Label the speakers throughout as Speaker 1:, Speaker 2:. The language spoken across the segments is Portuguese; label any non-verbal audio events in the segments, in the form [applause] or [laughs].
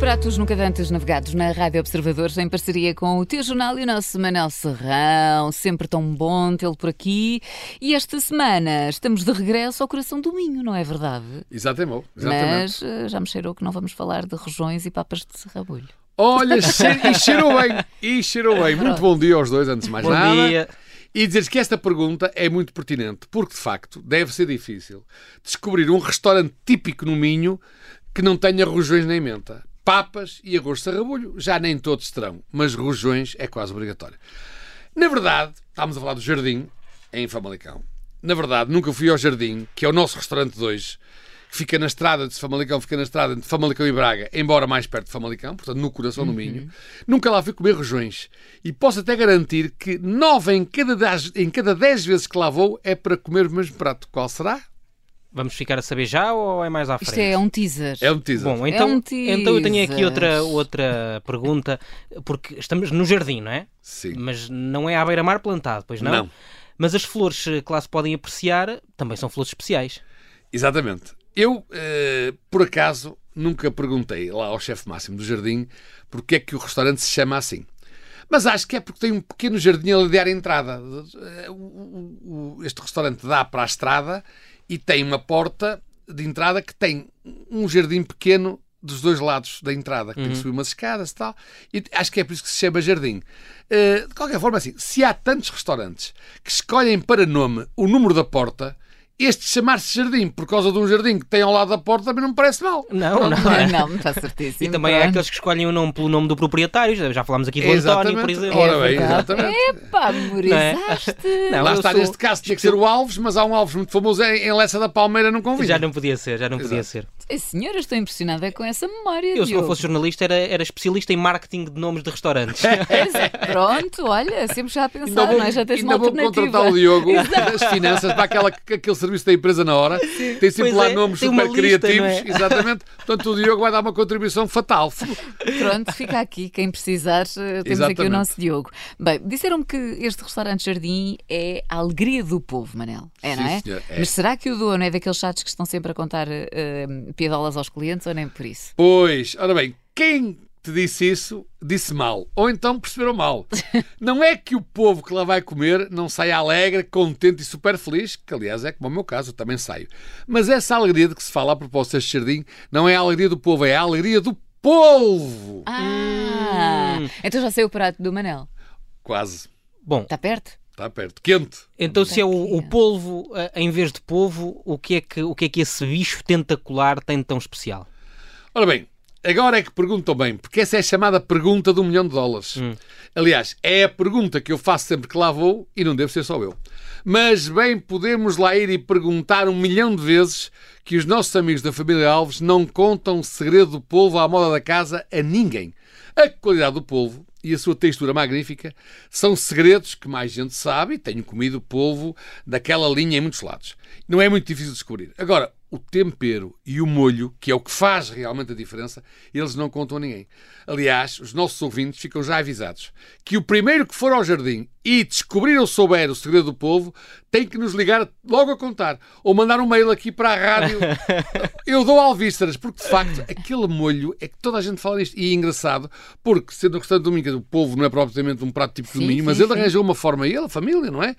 Speaker 1: Pratos nunca antes navegados na Rádio Observadores em parceria com o teu jornal e o nosso Manel Serrão. Sempre tão bom tê-lo por aqui. E esta semana estamos de regresso ao coração do Minho, não é verdade?
Speaker 2: Exatamente. exatamente.
Speaker 1: Mas eh, já me cheirou que não vamos falar de rojões e papas de serrabulho.
Speaker 2: Olha, cheiro, e cheirou bem. E cheirou bem. Muito bom dia aos dois, antes de mais
Speaker 3: Bom
Speaker 2: nada.
Speaker 3: dia.
Speaker 2: E dizer que esta pergunta é muito pertinente, porque de facto deve ser difícil descobrir um restaurante típico no Minho que não tenha rojões nem menta. Papas e arroz de sarrabulho já nem todos terão, mas rojões é quase obrigatório. Na verdade, estávamos a falar do Jardim, em Famalicão. Na verdade, nunca fui ao Jardim, que é o nosso restaurante de hoje, que fica na estrada de Famalicão, fica na estrada entre Famalicão e Braga, embora mais perto de Famalicão, portanto no coração do Minho. Nunca lá fui comer rojões. E posso até garantir que nove em cada dez, em cada dez vezes que lá vou é para comer o mesmo prato. Qual será?
Speaker 3: Vamos ficar a saber já ou é mais à frente?
Speaker 1: Isto é um teaser.
Speaker 2: É um teaser.
Speaker 3: Bom, então,
Speaker 1: um
Speaker 3: então eu tenho aqui
Speaker 1: teaser.
Speaker 3: outra, outra pergunta, porque estamos no jardim, não é?
Speaker 2: Sim.
Speaker 3: Mas não é à beira-mar plantado, pois não?
Speaker 2: Não.
Speaker 3: Mas as flores eh, que lá se podem apreciar também são flores especiais.
Speaker 2: Exatamente. Eu, eh, por acaso, nunca perguntei lá ao chefe máximo do jardim porque é que o restaurante se chama assim. Mas acho que é porque tem um pequeno jardim ali de ar entrada. Eh, o- o- o- Este restaurante dá para a estrada e tem uma porta de entrada que tem um jardim pequeno dos dois lados da entrada, que tem que subir umas escadas e tal. E acho que é por isso que se chama jardim. Eh, de qualquer forma, assim, se há tantos restaurantes que escolhem para nome o número da porta, este chamar-se jardim por causa de um jardim que tem ao lado da porta também não me parece mal.
Speaker 3: Não, não é?
Speaker 1: Não, está
Speaker 3: E
Speaker 1: certíssimo.
Speaker 3: também há
Speaker 1: pronto.
Speaker 3: aqueles que escolhem o nome pelo nome do proprietário, já- já falámos aqui do António, por exemplo. É
Speaker 2: Ora bem,
Speaker 1: verdade.
Speaker 2: exatamente.
Speaker 1: Pá,
Speaker 3: Não é?
Speaker 1: memorizaste.
Speaker 3: Não,
Speaker 2: Lá
Speaker 3: eu
Speaker 2: está,
Speaker 3: sou-
Speaker 2: neste caso tinha que ser o Alves, mas há um Alves muito famoso em em Lessa da Palmeira, não convido.
Speaker 3: Já não podia ser, já não podia ser.
Speaker 1: Ei, Senhora, É, estou impressionada com essa memória.
Speaker 3: Eu, se eu
Speaker 1: Diogo.
Speaker 3: fosse jornalista, era, era especialista em marketing de nomes
Speaker 2: [laughs]
Speaker 3: de restaurantes.
Speaker 1: Pois é, Pronto, olha, sempre já a pensar,
Speaker 2: Ainda vou,
Speaker 1: não é? Já tens uma
Speaker 2: ainda vou
Speaker 1: alternativa.
Speaker 2: contratar o
Speaker 3: [laughs]
Speaker 2: Diogo das finanças para aquela, aquele serviço da empresa na hora. Tem sempre
Speaker 3: Pois
Speaker 2: lá
Speaker 3: é,
Speaker 2: nomes
Speaker 3: tem uma
Speaker 2: super
Speaker 3: lista,
Speaker 2: criativos.
Speaker 3: não é?
Speaker 2: Exatamente. Portanto, o Diogo vai dar uma contribuição
Speaker 3: [laughs]
Speaker 2: fatal.
Speaker 1: Pronto, fica aqui. Quem precisar, eh, temos aqui o
Speaker 2: Exatamente.
Speaker 1: nosso Diogo. Bem, disseram-me que este restaurante Jardim é a alegria do povo, Manel. É, não
Speaker 2: Sim,
Speaker 1: é?
Speaker 2: senhor, é.
Speaker 1: Mas será que o dono é daqueles chatos que estão sempre a contar eh, piadolas aos clientes ou nem por isso?
Speaker 2: Pois, ora bem, quem te disse isso disse mal, ou então perceberam mal. Não é que o povo que lá vai comer não saia alegre, contente e super feliz, que aliás é como o meu caso, eu também saio. Mas essa alegria de que se fala a propósito deste jardim não é a alegria do povo, é a alegria do polvo.
Speaker 1: Ah,
Speaker 3: Hum.
Speaker 1: então já sei o prato do Manel.
Speaker 2: Quase,
Speaker 3: Bom,
Speaker 1: Está perto?
Speaker 2: está perto, quente.
Speaker 3: Então, se é o, o
Speaker 1: Taquinha.
Speaker 3: polvo eh, em vez de polvo, o que é que, o que, é que esse bicho tentacular tem de tão especial?
Speaker 2: Ora bem, agora é que perguntam bem, porque essa é a chamada pergunta do milhão de dólares. Aliás, é a pergunta que eu faço sempre que lá vou e não devo ser só eu. Mas bem, podemos lá ir e perguntar um milhão de vezes que os nossos amigos da família Alves não contam o segredo do polvo à moda da casa a ninguém. A qualidade do polvo e a sua textura magnífica são segredos que mais gente sabe e tenho comido polvo daquela linha em muitos lados. Não é muito difícil de descobrir. Agora, o tempero e o molho, que é o que faz realmente a diferença, eles não contam a ninguém. Aliás, os nossos ouvintes ficam já avisados que o primeiro que for ao jardim e descobrir ou souber o segredo do povo tem que nos ligar logo a contar ou mandar um mail aqui para a rádio. Eu dou alvíceras, porque de facto aquele molho é que toda a gente fala nisto. E é engraçado, porque sendo um restaurante domingo, o povo não é propriamente um prato típico
Speaker 1: Sim,
Speaker 2: do Minho, mas
Speaker 1: sim,
Speaker 2: ele
Speaker 1: sim.
Speaker 2: arranjou uma forma, ele, a família, não é?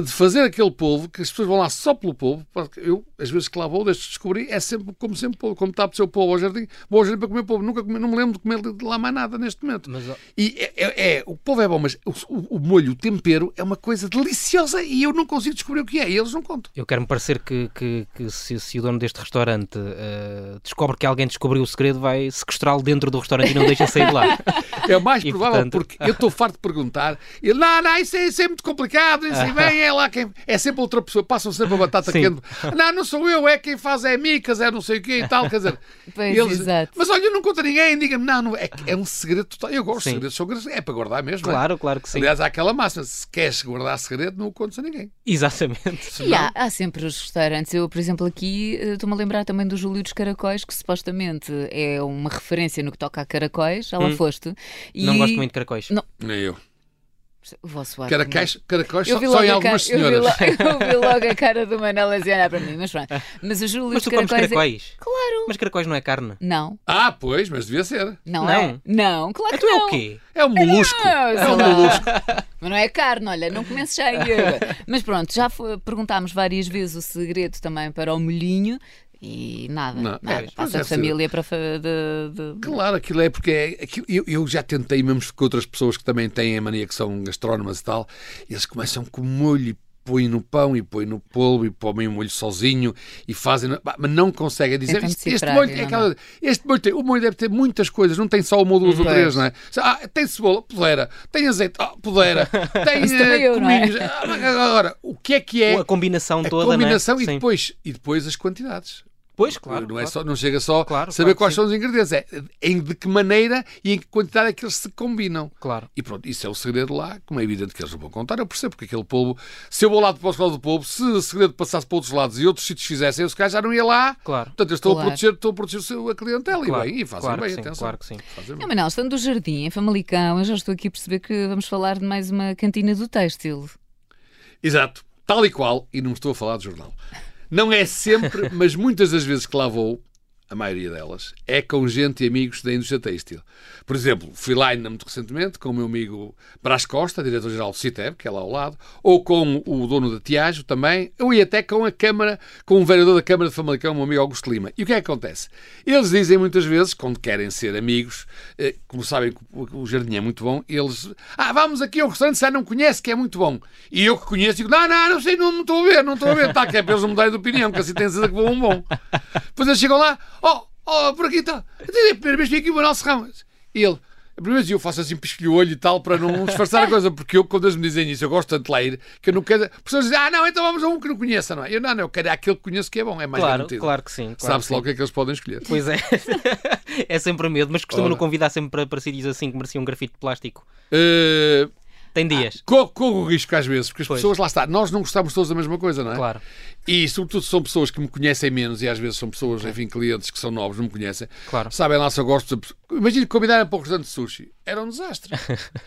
Speaker 2: De fazer aquele polvo, que as pessoas vão lá só pelo polvo. porque Eu, às vezes que lá vou, desde que descobri, é sempre, como sempre, polvo. Como está a seu polvo ao jardim, vou ao jardim para comer polvo. Nunca comi- não me lembro de comer de lá mais nada neste momento.
Speaker 3: Mas, ó-
Speaker 2: E é, é- é- o polvo é bom, mas o, o- o molho, o tempero, é uma coisa deliciosa e eu não consigo descobrir o que é. E eles não contam.
Speaker 3: Eu quero-me parecer que, que- que se, se o dono deste restaurante eh, descobre que alguém descobriu o segredo, vai sequestrá-lo dentro do restaurante e não deixa sair de
Speaker 2: [laughs]
Speaker 3: lá.
Speaker 2: É o mais
Speaker 3: E,
Speaker 2: provável,
Speaker 3: portanto-
Speaker 2: porque eu estou farto de perguntar. E ele, não, não, isso é, isso é muito complicado. Isso
Speaker 3: [laughs]
Speaker 2: aí vem, é lá quem. É sempre outra pessoa. Passam sempre a batata
Speaker 3: Sim.
Speaker 2: quente. Não, não sou eu, é quem faz, é micas, é não sei o quê e tal. Quer
Speaker 3: [laughs]
Speaker 2: dizer,
Speaker 1: Pois,
Speaker 2: eles-
Speaker 1: exato.
Speaker 2: mas olha, eu não conta a ninguém. Diga-me, não, não é, que é um segredo total. Eu gosto
Speaker 3: Sim.
Speaker 2: de segredos, são grandes. É para guardar mesmo. não é?
Speaker 3: claro, claro que sim.
Speaker 2: Aliás, há aquela máxima: se queres guardar segredo, não o contes a ninguém.
Speaker 3: Exatamente.
Speaker 2: Se
Speaker 1: E há, há sempre os restaurantes. Eu, por exemplo, aqui eh, estou-me a lembrar também do Júlio dos Caracóis, que supostamente é uma referência no que toca a caracóis. Já lá
Speaker 3: Hum.
Speaker 1: foste. E-
Speaker 3: Não gosto muito de caracóis.
Speaker 1: Não.
Speaker 2: não- Nem eu.
Speaker 1: O vosso ar. não-
Speaker 2: Caracais, caracóis,
Speaker 1: Eu
Speaker 2: só,
Speaker 1: vi
Speaker 2: só
Speaker 1: logo
Speaker 2: em
Speaker 1: a
Speaker 2: algumas
Speaker 1: cara- eu vi
Speaker 2: senhoras.
Speaker 1: lo- [laughs] Eu vi, logo a cara do Manel a olhar para mim, mas pronto. Mas o Júlio
Speaker 3: Mas tu
Speaker 1: os
Speaker 3: comes
Speaker 1: caracóis.
Speaker 3: caracóis?
Speaker 1: Claro.
Speaker 3: Mas caracóis não é carne.
Speaker 1: Não,
Speaker 2: Ah, pois, mas devia ser.
Speaker 1: não,
Speaker 3: Não.
Speaker 1: é. Não, claro que
Speaker 3: Então é
Speaker 1: não.
Speaker 3: o quê?
Speaker 2: É um molusco.
Speaker 1: Ah, sei
Speaker 2: é um
Speaker 1: lá.
Speaker 2: molusco.
Speaker 1: [laughs] Mas não é carne, olha, não comece já aí. Mas pronto, já foi- perguntámos várias vezes o segredo também para o molhinho e nada.
Speaker 2: Não,
Speaker 1: nada.
Speaker 2: pois,
Speaker 1: Passa a
Speaker 2: deve ser.
Speaker 1: família para. fa- De, de-
Speaker 2: Claro, aquilo é porque é, aquilo- eu, eu já tentei mesmo com outras pessoas que também têm a mania que são gastrónomas e tal, eles começam com molho e põem no pão e põem no polvo e põem o molho sozinho e fazem, bah, mas não conseguem dizer
Speaker 1: Tentam
Speaker 2: este, este
Speaker 1: decifrar,
Speaker 2: molho é
Speaker 1: não
Speaker 2: aquela, este molho tem, o molho deve ter muitas coisas, não tem só uma ou duas ou
Speaker 1: Pois.
Speaker 2: três, não é? Ah, tem cebola, pudera, tem azeite, ah, pudera,
Speaker 1: [laughs]
Speaker 2: tem
Speaker 1: Isso também
Speaker 2: eh,
Speaker 1: eu, não é?
Speaker 2: cominhos, ah, mas agora, o que é que é
Speaker 3: A combinação
Speaker 2: a
Speaker 3: toda,
Speaker 2: combinação
Speaker 3: não é?
Speaker 2: e depois e depois as quantidades?
Speaker 3: Pois, claro.
Speaker 2: não, é
Speaker 3: claro.
Speaker 2: só, não chega só
Speaker 3: Claro,
Speaker 2: saber
Speaker 3: claro,
Speaker 2: quais
Speaker 3: sim.
Speaker 2: são os ingredientes, é em de que maneira e em que quantidade é que eles se combinam.
Speaker 3: Claro.
Speaker 2: E pronto, isso é o segredo lá, como é evidente que eles não vão contar. Eu percebo porque aquele povo, se eu vou lá para os lados do povo, se o segredo passasse para outros lados e outros sítios fizessem, eu se calhar já não ia lá.
Speaker 3: Claro.
Speaker 2: Portanto, eu estou
Speaker 1: Claro.
Speaker 2: a proteger, estou a proteger o seu- a clientela
Speaker 3: Claro,
Speaker 2: e bem, e fazem
Speaker 3: claro que
Speaker 2: bem,
Speaker 3: sim,
Speaker 2: atenção.
Speaker 3: claro que sim.
Speaker 2: Fazem
Speaker 1: Não,
Speaker 2: bem.
Speaker 1: É, Manel, estando do jardim, em Famalicão, eu já estou aqui a perceber que vamos falar de mais uma cantina do têxtil. É
Speaker 2: Exato, tal e qual, e não estou a falar de jornal. Não é sempre, mas muitas das vezes que lá vou, a maioria delas, é com gente e amigos da indústria têxtil. Por exemplo, fui lá ainda muito recentemente com o meu amigo Brás Costa, diretor-geral do CITEB, que é lá ao lado, ou com o dono da Tiago também, ou e até com a Câmara, com o vereador da Câmara de Famalicão, o meu amigo Augusto Lima. E o que é que acontece? Eles dizem muitas vezes, quando querem ser amigos, eh, como sabem que o o jardim é muito bom, eles. Ah, vamos aqui a um restaurante que já não conhece, que é muito bom. E eu que conheço, digo: não, não, não sei, não, não estou a ver, não estou a ver. Está, que é para eles não mudarem de opinião, que assim têm certeza que vou a um bom. Depois eles chegam lá: oh, oh, por aqui está. Eu disse, É a primeira vez que vim aqui o Manuel Serrão. E ele. "É A primeira vez eu faço assim, pisco-lhe o olho e tal, para não disfarçar a coisa, porque eu, quando eles me dizem isso, eu gosto tanto de lá ir, que eu não quero. As pessoas dizem, ah, não, então vamos a um que não conheça, não é? Eu, não, não, eu quero é aquele que conheço que é bom, é mais
Speaker 3: Claro,
Speaker 2: garantido.
Speaker 3: claro que sim. claro que
Speaker 2: Sabe-se
Speaker 3: sim.
Speaker 2: logo o que é que eles podem escolher.
Speaker 3: Pois é. [laughs] é sempre o medo, mas costumam-no
Speaker 2: Ora.
Speaker 3: convidar sempre para, para sítios assim que mereciam um grafite de plástico.
Speaker 2: Eh,
Speaker 3: Tem dias.
Speaker 2: Corro, corro o risco às vezes, porque as
Speaker 3: Pois.
Speaker 2: pessoas, lá está, nós não gostamos todos da mesma coisa, não é?
Speaker 3: Claro.
Speaker 2: E sobretudo são pessoas que me conhecem menos e às vezes são pessoas, enfim, clientes que são novos, não me conhecem.
Speaker 3: Claro.
Speaker 2: Sabem lá se eu gosto de... Imagina que convidarem para o restaurante de sushi. Era um
Speaker 3: [laughs]
Speaker 2: desastre.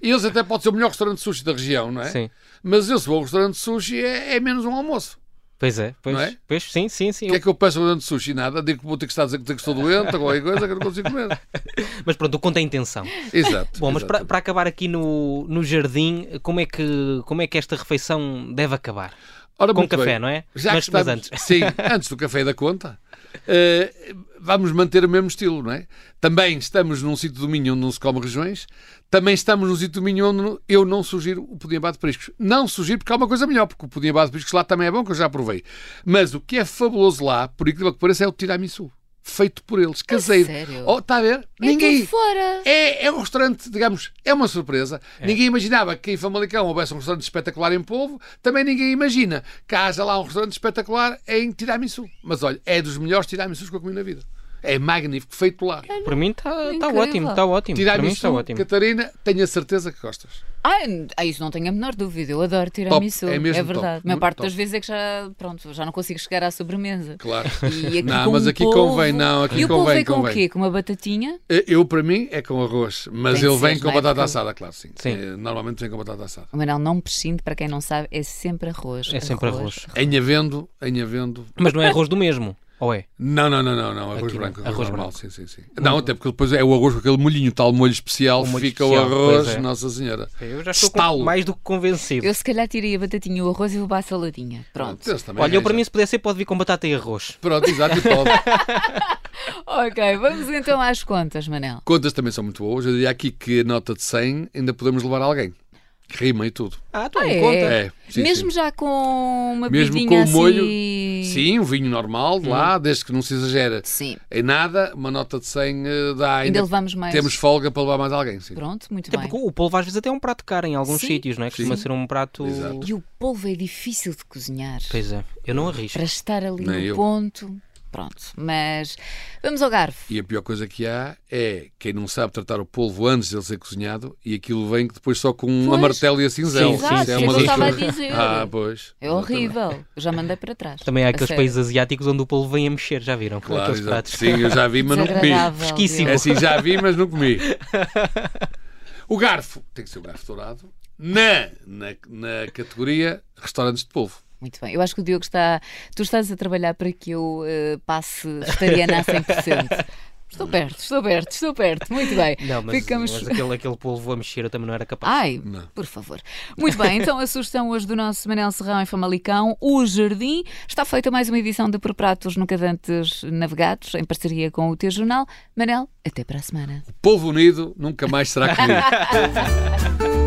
Speaker 2: e eles até pode ser o melhor restaurante de sushi da região, não é?
Speaker 3: Sim.
Speaker 2: Mas eu se vou ao restaurante de sushi é, é menos um almoço.
Speaker 3: Pois é, pois,
Speaker 2: Não é?
Speaker 3: pois sim, sim, sim.
Speaker 2: O que é que eu peço ao restaurante de sushi? Nada. Digo que vou ter que estar a dizer que estou doente ou qualquer coisa que eu não consigo
Speaker 3: [laughs]
Speaker 2: comer.
Speaker 3: Mas pronto, o conto é a intenção.
Speaker 2: Exato.
Speaker 3: Bom, mas
Speaker 2: exato.
Speaker 3: para, para acabar aqui no, no jardim, como é, que, como é que esta refeição deve acabar?
Speaker 2: Ora,
Speaker 3: Com
Speaker 2: Tá muito
Speaker 3: café,
Speaker 2: bem.
Speaker 3: não é?
Speaker 2: Já
Speaker 3: mas,
Speaker 2: que
Speaker 3: mas
Speaker 2: estamos,
Speaker 3: antes.
Speaker 2: Sim, antes do café e da conta. eh, vamos manter o mesmo estilo, não é? Também estamos num sítio do Minho onde não se come regiões, também estamos num sítio do Minho onde não- eu não sugiro o pudim à base de periscos. Não sugiro porque há uma coisa melhor, porque o pudim à base de periscos lá também é bom, que eu já provei. Mas o que é fabuloso lá, por incrível que pareça, é o tiramisu, feito por eles, caseiro.
Speaker 1: É sério?
Speaker 2: Oh, está a ver?
Speaker 1: É aqui fora!
Speaker 2: É, é um restaurante, digamos, é uma surpresa. Ninguém imaginava que em Famalicão houvesse um restaurante espetacular em polvo. Também ninguém imagina que haja lá um restaurante espetacular em tiramisu. Mas olha, é dos melhores tiramisus que eu comi na vida. É magnífico, feito lá.
Speaker 3: Para mim está tá
Speaker 1: Incrível.
Speaker 3: ótimo, está ótimo. Para mim está
Speaker 2: Tiramisu,
Speaker 3: ótimo.
Speaker 2: Catarina, tenho a certeza que gostas.
Speaker 1: Ah, n- ah, isso não tenho a menor dúvida. Eu adoro tiramisu.
Speaker 2: Top, é mesmo
Speaker 1: verdade.
Speaker 2: top,
Speaker 1: A maior
Speaker 2: muito
Speaker 1: parte
Speaker 2: top.
Speaker 1: das vezes é que já, pronto, já não consigo chegar à sobremesa.
Speaker 2: Claro.
Speaker 1: E aqui
Speaker 2: Não,
Speaker 1: com
Speaker 2: mas
Speaker 1: um
Speaker 2: aqui
Speaker 1: polvo-
Speaker 2: convém, não, aqui
Speaker 1: E o
Speaker 2: convém,
Speaker 1: polvo é com o
Speaker 2: convém.
Speaker 1: quê? Com uma batatinha?
Speaker 2: Eu, para mim, é com arroz, mas
Speaker 1: Tem de
Speaker 2: ele
Speaker 1: ser,
Speaker 2: vem com
Speaker 1: não é?
Speaker 2: batata
Speaker 1: Porque-
Speaker 2: assada, claro, sim.
Speaker 3: Sim.
Speaker 2: Eh, Normalmente vem com batata assada.
Speaker 1: O Manel não prescinde, para quem não sabe, é sempre arroz.
Speaker 3: É sempre arroz.
Speaker 2: Em havendo, em havendo,
Speaker 3: Mas não é arroz do mesmo, ou é?
Speaker 2: Não, não, não, não, não. Arroz
Speaker 3: Aqui não.
Speaker 2: branco, arroz,
Speaker 3: Arroz
Speaker 2: normal,
Speaker 3: branco.
Speaker 2: sim, sim, sim. Não, até porque depois é o arroz com aquele molhinho, tal molho especial,
Speaker 3: O molho
Speaker 2: fica
Speaker 3: especial,
Speaker 2: o arroz,
Speaker 3: pois é.
Speaker 2: Nossa Senhora.
Speaker 3: Eu já estou com-
Speaker 2: Estalo.
Speaker 3: mais do que convencido.
Speaker 1: Eu se calhar tirei a batatinha, o arroz e vou para a saladinha. Pronto.
Speaker 2: Deus também
Speaker 3: Olha, eu para mim,
Speaker 2: arranja.
Speaker 3: se pudesse, ser, pode vir com batata e arroz.
Speaker 2: Pronto, exato, e pode.
Speaker 1: ok, vamos então às contas, Manel.
Speaker 2: [laughs] Contas também são muito boas. Eu diria aqui que a nota de 100 ainda podemos levar alguém. Rima e tudo.
Speaker 3: Ah, então
Speaker 1: Ah, é?
Speaker 3: conta.
Speaker 2: É, sim,
Speaker 1: Mesmo
Speaker 2: sim.
Speaker 1: já com uma
Speaker 2: Mesmo
Speaker 1: bebidinha
Speaker 2: com o molho,
Speaker 1: assim...
Speaker 2: Sim, um vinho normal de
Speaker 3: Hum.
Speaker 2: lá, desde que não se exagera
Speaker 1: Sim.
Speaker 2: em nada, uma nota de 100 eh, dá ainda.
Speaker 1: Ainda levamos mais.
Speaker 2: Temos folga para levar mais alguém, sim.
Speaker 1: Pronto, muito
Speaker 3: Até
Speaker 1: bem.
Speaker 3: porque o polvo às vezes até é um prato caro em alguns
Speaker 1: Sim.
Speaker 3: sítios, não é? Costuma
Speaker 2: Sim.
Speaker 3: ser um prato.
Speaker 2: Exato.
Speaker 1: E o polvo é difícil de cozinhar.
Speaker 3: Pois é, eu não arrisco.
Speaker 1: Para estar ali
Speaker 2: Nem
Speaker 1: no
Speaker 2: eu.
Speaker 1: ponto. Pronto, mas vamos ao garfo.
Speaker 2: E a pior coisa que há é quem não sabe tratar o polvo antes de ele ser cozinhado e aquilo vem que depois só com uma
Speaker 1: Pois.
Speaker 2: martelo e a é cinzel.
Speaker 3: Sim, Exato, sim,
Speaker 2: Isso
Speaker 3: sim. Eu estava a
Speaker 1: dizer.
Speaker 2: Ah, pois.
Speaker 1: É
Speaker 2: Exatamente.
Speaker 1: horrível. Eu já mandei para trás.
Speaker 3: Também há
Speaker 1: A
Speaker 3: aqueles
Speaker 1: sério.
Speaker 3: países asiáticos onde o polvo vem a mexer, já viram?
Speaker 2: Claro,
Speaker 3: Aqueles
Speaker 2: exato.
Speaker 3: pratos.
Speaker 2: Sim, eu já vi, mas não comi.
Speaker 1: Desagradável,
Speaker 3: Fresquíssimo.
Speaker 2: É
Speaker 1: Deus.
Speaker 2: assim, já vi, mas não comi. O garfo. Tem que ser o garfo dourado. na, na, na categoria restaurantes de polvo.
Speaker 1: Muito bem. Eu acho que o Diogo está. Tu estás a trabalhar para que eu eh, passe vegetariana a
Speaker 3: [laughs]
Speaker 1: 100%. Estou perto, estou perto, estou perto. Muito bem.
Speaker 3: Não, é assim. mas,
Speaker 1: Ficamos-
Speaker 3: mas aquele, aquele polvo a mexer eu também não era capaz.
Speaker 1: Ai, por favor. Muito bem, então a sugestão hoje do nosso Manel Serrão em Famalicão, O Jardim. Está feita mais uma edição de Por Pratos Nunca Dantes Navegados, em parceria com o T-Jornal. Manel, até para a semana.
Speaker 2: Povo unido nunca mais será comigo.